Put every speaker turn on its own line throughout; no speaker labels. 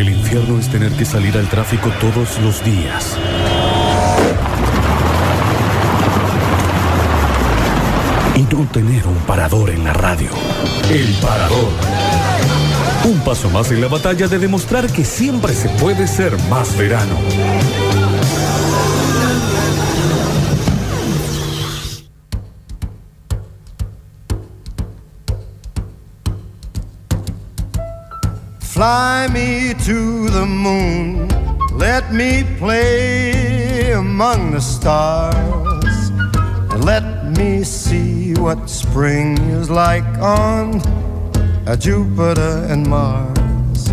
infierno es tener que salir al tráfico todos los días. Y no tener un parador en la radio. El parador. Un paso más en la batalla de demostrar que siempre se puede ser más verano.
Fly me to the moon. Let me play among the stars. And let me see what spring is like on uh, Jupiter and Mars.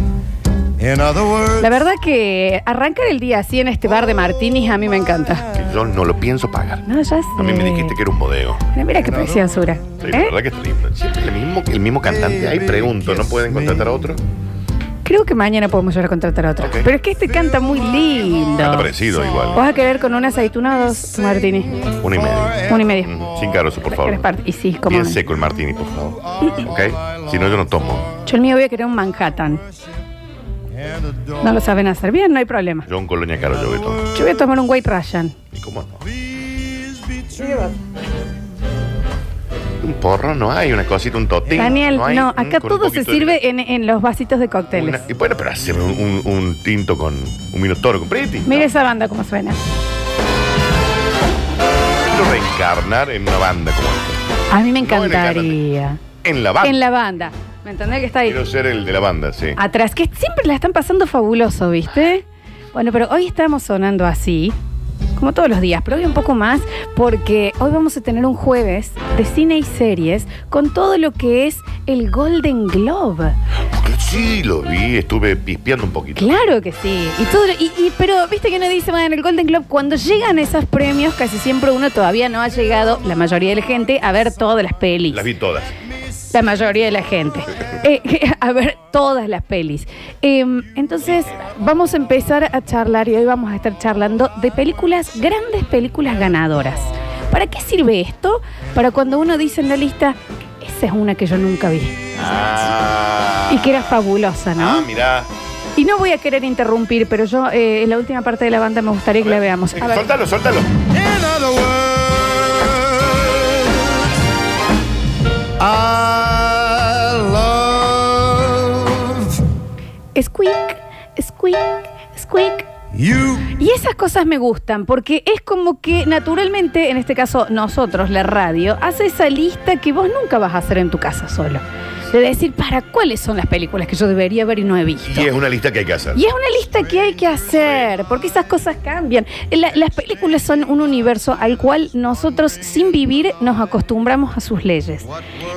In other words,
La verdad que arrancar el día así en este bar de Martinis a mí me encanta.
Que yo no lo pienso pagar.
No, ya sé.
A mí me dijiste que era un bodeo.
Mira, mira qué preciosura.
Sí, La
¿Eh?
verdad que está lindo. Siempre el mismo, el mismo cantante. Ahí pregunto, ¿no pueden contratar a otro?
Creo que mañana podemos llegar a contratar a otro.
Ok.
Pero es que este canta muy lindo.
Canta parecido
¿Vas
igual.
a querer con una aceituna o dos, Martini?
Uno y medio.
Una y media.
Ujú. Sin carozo, Mm, por
¿Querés
favor.
parte? Y sí, como.
Bien seco el martini, por favor. ¿Ok? Si no, yo no tomo.
Yo el mío voy a querer un Manhattan. No lo saben hacer bien, no hay problema.
Yo un colonia caro, yo voy a tomar.
Yo voy a tomar un White Russian.
¿Y cómo no? Un porro no hay, una cosita, un totín.
Daniel,
hay,
no,
mm,
acá
con un
todo se
poquito de-
sirve en, en los vasitos de cócteles.
Una- y bueno, pero hacer un, un- un tinto con un minotoro con Pretty.
Mira esa banda cómo suena.
Quiero reencarnar en una banda como esta.
A mí me
No en el
encantaría.
En la banda.
En la Ah. banda. ¿Me entendés que está ahí?
Quiero ser el de la banda, sí.
Atrás, que siempre la están pasando fabuloso, ¿viste? Bueno, pero hoy estamos sonando así, como todos los días, pero hoy un poco más, porque hoy vamos a tener un jueves de cine y series con todo lo que es el Golden Globe.
Sí, lo vi, estuve pispeando un poquito.
Claro que sí. Y todo, y, y- pero viste que uno dice, bueno, en el Golden Globe, cuando llegan esos premios, casi siempre uno todavía no ha llegado, la mayoría de la gente, a ver todas las pelis.
Las vi todas.
La mayoría de la gente. Eh, a ver, todas las pelis. Eh, entonces, vamos a empezar a charlar y hoy vamos a estar charlando de películas, grandes películas ganadoras. ¿Para qué sirve esto? Para cuando uno dice en la lista, esa es una que yo nunca vi
Ah.
y que era fabulosa,
Ah,
¿no?
mirá.
Y no voy a querer interrumpir, pero yo eh, en la última parte de la banda me gustaría que la veamos. A ver,
Suéltalo, suéltalo.
in other words, I love
squeak, squeak, squeak.
you.
Y esas cosas me gustan porque es como que naturalmente, en este caso nosotros, la radio, hace esa lista que vos nunca vas a hacer en tu casa solo. De decir, para cuáles son las películas que yo debería ver y no he visto.
Y es una lista que hay que hacer.
Y es una lista que hay que hacer, porque esas cosas cambian. La- las películas son un universo al cual nosotros, sin vivir, nos acostumbramos a sus leyes.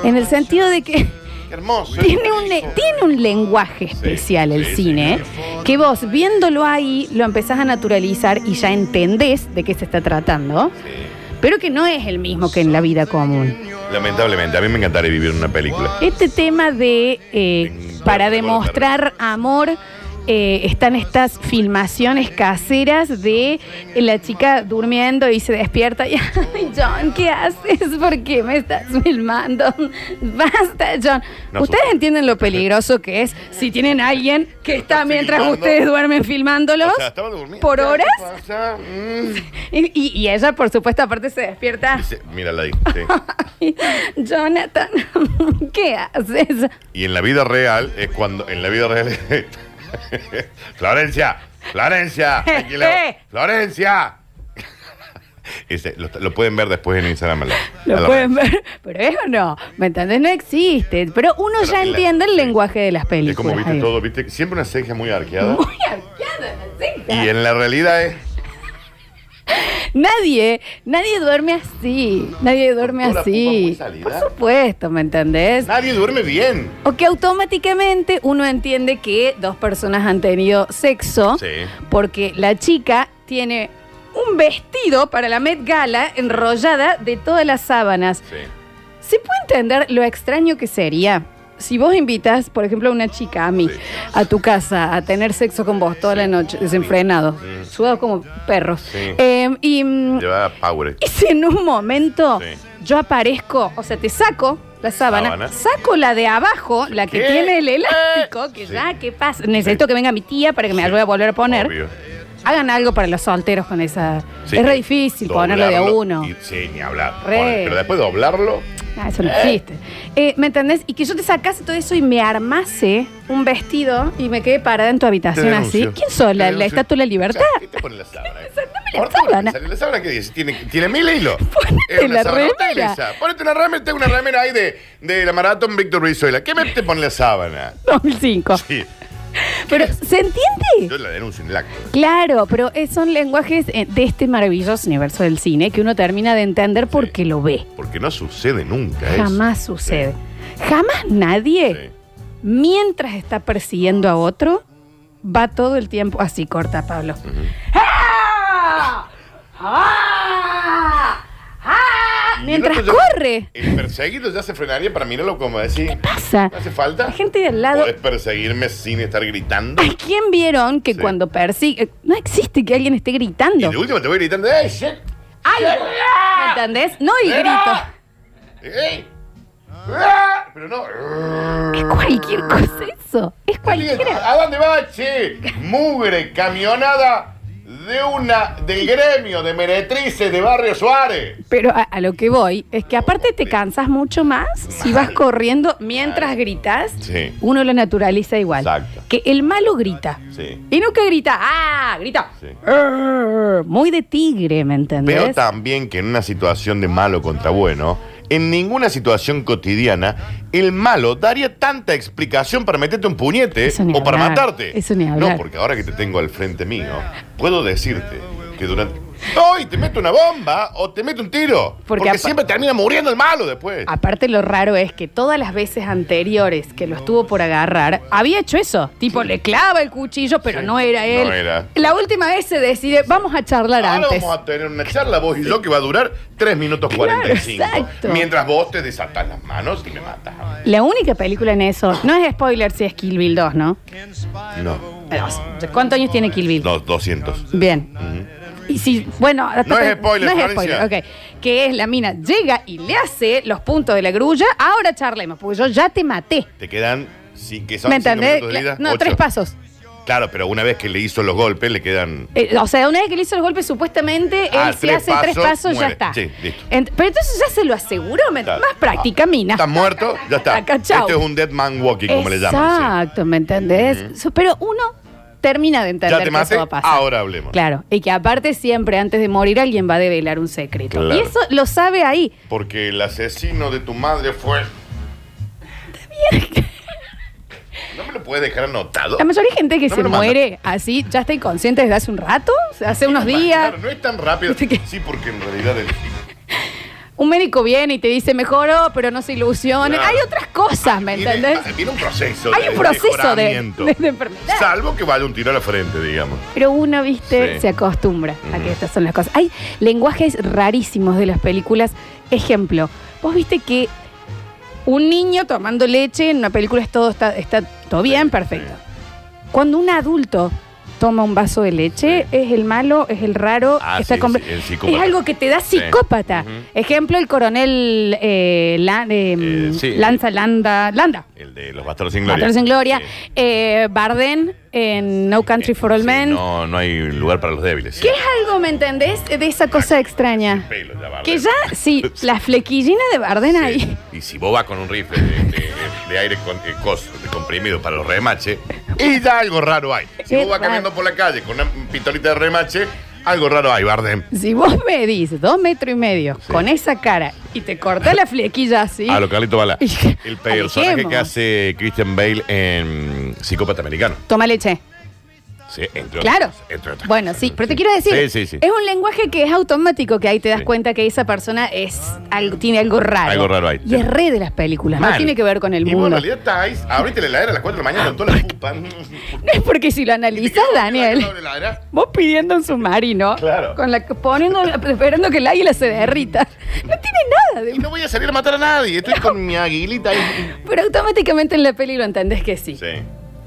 En el sentido de que
Qué hermoso.
tiene un, le- tiene un lenguaje especial el
sí,
cine, ¿eh? que vos viéndolo ahí lo empezás a naturalizar y ya entendés de qué se está tratando,
Sí.
pero que no es el mismo que en la vida común.
Lamentablemente, a mí me encantaría vivir en una película.
Este tema de eh, para demostrar amor. eh, están estas filmaciones caseras de la chica durmiendo y se despierta y "Ay, John, ¿qué haces? ¿Por qué me estás filmando? Basta, John.
No,
Ustedes
su-
entienden lo peligroso que es si tienen a alguien que está mientras
filmando.
ustedes duermen filmándolos
O sea, estaba durmiendo.
por horas
¿Qué pasa? Mm.
y, y- y ella por supuesto aparte se despierta.
Sí, Mira la dijo, sí.
"Ay, Jonathan, ¿qué haces?
Y en la vida real es cuando. En la vida real es. Florencia, Florencia,
Eh,
aquí la-
eh.
Florencia. Ese, lo, lo pueden ver después en Instagram. a la- a
Lo
la
pueden ver, pero eso no, ¿me entendés? No existe. Pero uno
Pero
ya
en la-
entiende el
sí.
lenguaje de las películas.
Es como viste
ahí.
todo, viste. Siempre una ceja muy arqueada.
Muy arqueada la ceja.
Y en la realidad es.
Nadie, nadie duerme así. Nadie duerme
Con toda la puma muy
así.
salida.
Por supuesto, ¿me entendés?
Nadie duerme bien.
O que automáticamente uno entiende que dos personas han tenido sexo
Sí.
porque la chica tiene un vestido para la Met Gala enrollada de todas las sábanas.
Sí.
¿Se puede entender lo extraño que sería? Si vos invitas, por ejemplo, a una chica, a mí,
Sí.
a tu casa, a tener sexo con vos toda la noche, desenfrenado, Mm. sudados como perros,
Sí.
eh, y, mm,
Lleva power.
y si en un momento
Sí.
yo aparezco, o sea, te saco la sábana,
Sábana.
saco la de abajo, la que
¿Qué? Ah.
tiene el elástico, chicos que
Sí.
ya, ¿qué pasa? Necesito que venga mi tía para que me ayude a volver a poner.
Obvio.
Hagan algo para los solteros con esa.
Sí,
es re
eh,
difícil ponerlo de a
doblarlo
uno.
y- sí, ni hablar.
Re.
Poner- pero después doblarlo,
Ah, eso no existe. Eh, ¿Me entendés? Y que yo te sacase todo eso y me armase un vestido y me quedé parada en tu
te
habitación así.
denuncio.
¿Quién sos?
Te
¿La, la
denuncio.
estatua de la libertad?
¿Qué te pone la sábana?
Sándame la
Por favor,
sábana.
sale La sábana que dice, tiene, tiene mil hilos.
Ponete
Es una
la
sábana, no te
remera.
lesa. Ponete una remera, tengo una remera ahí de, de la maratón Víctor Brizuela. ¿Qué me te pone la sábana?
2005.
Sí,
Pero, ¿se entiende?
yo la denuncio en el acto.
Claro, pero eh, son lenguajes eh, de este maravilloso universo del cine que uno termina de entender porque lo ve.
Porque no sucede nunca eso.
Jamás sucede. Jamás nadie,
Sí.
mientras está persiguiendo a otro, va todo el tiempo así, corta Pablo. ¡Ah! ¡Ah! ¡Ah!
Y el
Mientras
otro ya-
corre,
El perseguido ya se frenaría para mirarlo como decir.
pasa.
¿No hace falta?
La gente de al lado.
¿Podés perseguirme sin estar gritando?
¿A quién vieron que
Sí.
cuando persigue. eh, No existe que alguien esté
Y
gritando.
de último te voy gritando, ¡eh, shit!
¡Ay! ¿Me entendés? No el grito.
¡Eh! ¡Ah! Pero no.
Es cualquier cosa eso. Es cualquiera.
¿A dónde va, che? Mugre, camionada de una, del gremio de meretrices de Barrio Suárez.
Pero a, a lo que voy es que aparte te cansas mucho más si vas corriendo mientras gritas.
Sí.
Uno lo naturaliza igual.
Exacto.
Que el malo grita.
Sí.
Y no que grita, ¡ah! Grita.
Sí.
"Arr", Muy de tigre, ¿me entendés?
Veo también que en una situación de malo contra bueno, en ninguna situación cotidiana, el malo daría tanta explicación para meterte un puñete
Eso ni
o para
hablar.
matarte.
Eso ni hablar.
No, porque ahora que te tengo al frente mío, puedo decirte que durante. ¡Hoy te meto una bomba o te meto un tiro!
Porque
Porque,
apa-
siempre termina muriendo el malo después.
Aparte lo raro es que todas las veces anteriores que lo estuvo por agarrar, había hecho eso. Tipo, le clava el cuchillo, pero
Sí.
no era
No
él.
era.
La última vez se decide, vamos a charlar
Ahora
antes.
vamos a tener una charla vos y yo que va a durar 3 minutos 45.
exacto.
Mientras vos te desatas las manos y me matas. a
La única película en eso, no es spoiler si es Kill Bill 2, ¿no?
mí. No,
Dos. ¿Cuántos años tiene Kill Bill?
no, 200.
Bien. Y si, bueno, hasta-
No es spoiler,
no es spoiler,
Florencia.
ok. Que es la mina, llega y le hace los puntos de la grulla. Ahora charlemos, porque yo ya te maté.
Te quedan, sí, que son
¿Me
cinco
entendés?
minutos de vida,
no,
ocho.
tres pasos.
Claro, pero una vez que le hizo los golpes, le quedan.
Eh, o sea, una vez que le hizo el golpe, supuestamente
Ah,
él se
tres
hace tres
pasos,
pasos, ya
muere.
está.
Sí, listo.
Ent- pero entonces ya se lo aseguró, ¿me-
Claro.
más práctica, mina.
Ah, Estás muerto, ya está.
Acá, chau.
Este es un dead man walking, como le llaman. sí.
Exacto, ¿me entendés? So- Pero uno termina de entender
Ya te
que eso
maté,
va a pasar.
ahora hablemos.
Claro, y que aparte siempre antes de morir alguien va a develar un secreto.
Claro.
Y eso lo sabe ahí.
Porque el asesino de tu madre fue. ¿No me lo puedes dejar anotado?
La mayoría de gente que
No
se
me lo manda.
muere así ya está inconsciente desde hace un rato, o sea, hace unos días.
Claro, no es tan rápido.
¿Viste que-
Sí, porque en realidad el-
Un médico viene y te dice mejoró, pero no se ilusionen.
Claro.
Hay otras cosas, ¿me
viene-
entendés?
Viene un proceso.
Hay
de
un proceso de-
mejoramiento.
de- de enfermedad.
Salvo que vaya un tiro a la frente, digamos.
Pero uno, viste,
Sí.
se acostumbra a que estas son las cosas. Hay lenguajes rarísimos de las películas. Ejemplo, vos viste que un niño tomando leche en una película es todo, está, está todo bien, perfecto. Cuando un adulto toma un vaso de leche, es el malo, es el raro,
Ah,
está
sí,
con-
sí, el psicópata.
es algo que te da psicópata.
Ujú.
Ejemplo, el coronel eh, Lan- eh,
Eh, sí.
Lanza Landa. Landa.
El de los bastardos sin gloria.
Bastardos en Gloria.
Sí. Eh,
Eh, Barden en No Country for All
Sí,
Men.
No, no hay lugar para los débiles. sí.
¿Qué es algo, me entendés, de esa cosa extraña?
Pelo, ya va a
Que
ver.
ya, sí, la flequillina de Barden ahí.
Sí. Y si vos vas con un rifle de, de- de aire con, eh, coso, de comprimido para los remaches, y ya algo raro hay.
Qué
Si vos vas
raro.
caminando por la calle con una pistolita de remache, algo raro hay, Bardem.
Si vos me dices dos metros y medio
Sí.
con esa cara y te corta la flequilla así.
A lo Carlito Bala. El personaje
Alejemos.
que hace Christian Bale en Psicópata Americano.
Toma leche.
Sí, entre otras
Claro.
cosas, entre otras
Bueno,
cosas.
sí, pero te quiero decir,
Sí, sí, sí.
es un lenguaje que es automático, que ahí te das
Sí.
cuenta que esa persona es algo, tiene algo raro.
Algo raro ahí,
Y
sí.
es re de las películas, no
Mal.
tiene que ver con el
y
mundo.
vos en realidad estáis, abriste la heladera a las 4 de la mañana con toda la pupa.
No es porque si lo analizas, Daniel.
Abre la heladera.
Vos pidiendo un submarino.
Claro.
Con la, poniendo, esperando que el águila se derrita. No tiene nada
Y
de.
no voy a salir a matar a nadie. Estoy con mi aguilita ahí.
Pero automáticamente en la peli lo entendés que sí.
Sí.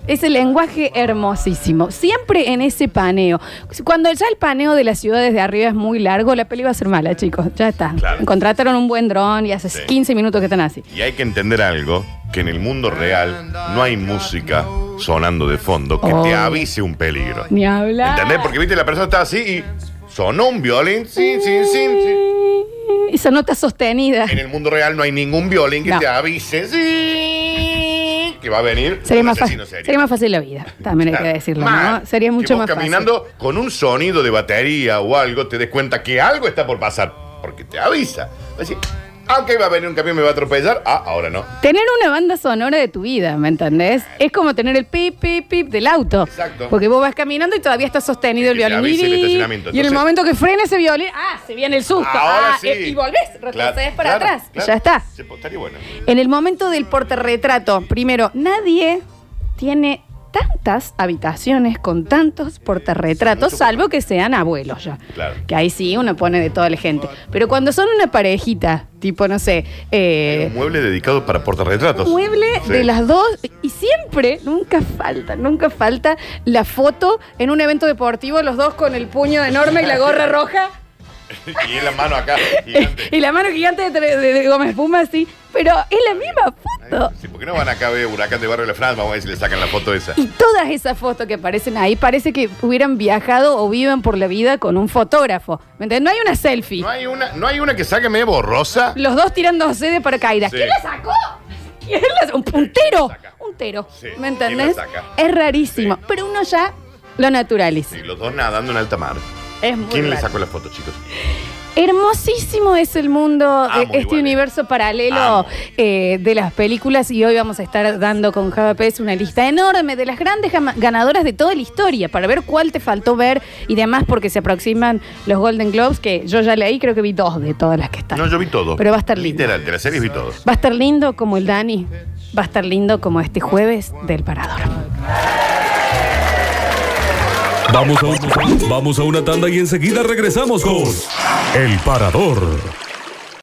Ese lenguaje hermosísimo. Siempre en ese paneo. Cuando ya el paneo de las ciudades de arriba es muy largo, la peli va a ser mala, chicos. Ya está.
Claro.
Contrataron un buen dron y hace
Sí.
15 minutos que están así.
Y hay que entender algo, que en el mundo real no hay música sonando de fondo que te
Oh.
avise un peligro.
Ni hablar.
¿Entendés? Porque viste, la persona está así y sonó un violín, sí, sí, sí, sí.
Esa nota sostenida.
En el mundo real no hay ningún violín que
No.
te avise, sí, que va a venir
Sería
un
más,
asesino
fácil,
serial.
sería más fácil la vida, también hay que
Claro.
decirlo,
Mal.
¿no? Sería
Que
mucho
vos
más fácil.
caminando con un sonido de batería o algo, te des cuenta que algo está por pasar, porque te avisa. Va a decir, ah, ok, va a venir un camión, me va a atropellar. Ah, ahora no.
Tener una banda sonora de tu vida, ¿me entendés? Es como tener el pip, pip, pip del auto.
Exacto.
Porque vos vas caminando y todavía está sostenido
Y
el
que te
violín.
avise el
Y, y
estacionamiento,
en el
entonces-
momento que frena ese violín, ah, se viene el susto.
Ahora
ah,
sí.
eh, y volvés, retrocedés
Claro,
para
claro,
atrás.
claro.
Y ya está.
Se estaría bueno.
En el momento del portarretrato, primero, nadie tiene tantas habitaciones con tantos portarretratos, salvo que sean abuelos ya.
Claro.
Que ahí sí uno pone de toda la gente. Pero cuando son una parejita, tipo, no sé, eh,
Un mueble dedicado para portarretratos.
un mueble
Sí.
de las dos, y siempre, nunca falta, nunca falta la foto en un evento deportivo, los dos con el puño enorme y la gorra roja.
y en la mano acá. gigante.
Y la mano gigante de, de- de Gómez Puma, así. Pero es la misma foto.
Sí, porque no van acá a ver Huracán de Barrio de la Francia, vamos a ver si le sacan la foto esa.
Y todas esas fotos que aparecen ahí parece que hubieran viajado o viven por la vida con un fotógrafo. ¿Me entiendes? No hay una selfie.
No hay una, no hay una que saque medio borrosa.
Los dos tirándose de paracaídas.
Sí.
¿Quién la sacó? ¿Quién la Un puntero.
saca?
Un tero.
Sí.
¿Me
¿Quién la
entendés?
saca?
Es rarísimo.
Sí.
Pero uno ya lo naturaliza.
Sí, los dos nadando en alta mar.
Es muy
¿Quién le
raro.
sacó la foto, chicos?
Hermosísimo es el mundo, eh,
Amo
este
igual, eh.
universo paralelo
Amo.
eh, de las películas y hoy vamos a estar dando con Java Pérez una lista enorme de las grandes gama- ganadoras de toda la historia para ver cuál te faltó ver y demás porque se aproximan los Golden Globes que yo ya leí, creo que vi dos de todas las que están.
No, yo vi todo.
Pero va a estar lindo.
Literal, de la serie vi todo.
Va a estar lindo como el Dani, va a estar lindo como este jueves del Parador.
Vamos a, vamos a una tanda y enseguida regresamos con El Parador.